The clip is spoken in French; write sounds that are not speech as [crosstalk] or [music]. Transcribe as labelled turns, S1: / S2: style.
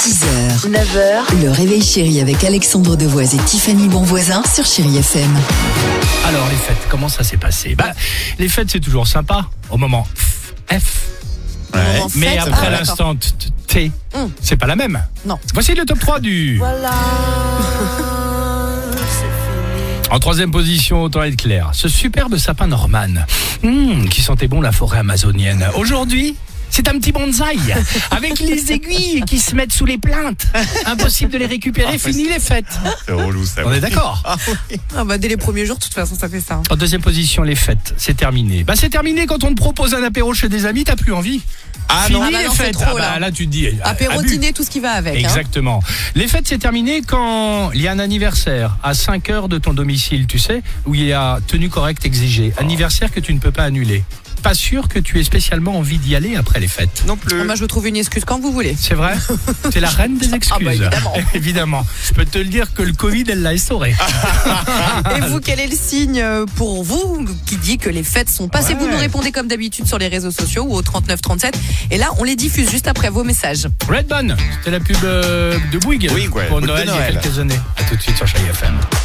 S1: 6h, 9h, le réveil chéri avec Alexandre Devoise et Tiffany Bonvoisin sur Chéri FM.
S2: Alors les fêtes, comment ça s'est passé Bah les fêtes c'est toujours sympa au moment F, F.
S3: Ouais.
S4: En
S2: mais
S4: fait,
S2: après
S4: ah,
S2: l'instant t- t- T,
S4: Hmm.
S2: c'est pas la même.
S4: Non.
S2: Voici le top 3
S1: [laughs]
S2: du.
S4: Voilà.
S2: En troisième position, autant être clair, ce superbe sapin Norman, Hmm, qui sentait bon la forêt amazonienne. Aujourd'hui, c'est un
S4: [laughs]
S2: petit bonsaï, avec les aiguilles qui se mettent sous les plaintes. Impossible de les récupérer, fini les fêtes.
S3: C'est relou ça.
S2: On est d'accord
S4: Ah bah, dès les premiers jours, de toute façon, ça fait ça. hein.
S2: En deuxième position, les fêtes, c'est terminé. Bah c'est terminé quand on te propose un apéro chez des amis, t'as plus envie.
S3: Ah
S2: Fini
S3: non,
S4: Ah bah
S2: les
S4: non, c'est
S2: fêtes.
S4: trop,
S2: Ah bah
S4: là.
S2: là tu te dis. euh,
S4: Apéro,
S2: abus.
S4: dîner, tout ce qui va avec. hein.
S2: Exactement. Les fêtes, c'est terminé quand il y a un anniversaire à 5 heures de ton domicile, tu sais, où il y a tenue correcte exigée.
S4: Oh.
S2: Anniversaire que tu ne peux pas annuler. Pas sûr que tu aies spécialement envie d'y aller après les fêtes.
S3: non
S4: Ah,
S3: plus.
S4: Moi, je vous trouve une excuse quand vous
S2: [laughs]
S4: voulez. [laughs]
S2: C'est vrai T'es la reine des excuses.
S4: Ah bah, évidemment.
S2: [laughs] Évidemment. Je peux te le dire que le Covid, elle l'a essoré.
S4: Et vous, quel est le signe euh, pour vous qui dit que les fêtes sont passées
S2: Ouais.
S4: Vous nous répondez comme d'habitude sur les réseaux sociaux ou au 3937. Et là, on les diffuse juste après vos messages.
S2: Redbone, c'était la pub euh, de Bouygues
S3: Bouygues, ouais.
S2: pour
S3: Bouygues de
S2: Noël, il y a
S3: Noël.
S2: quelques années. A tout de suite sur Chai FM.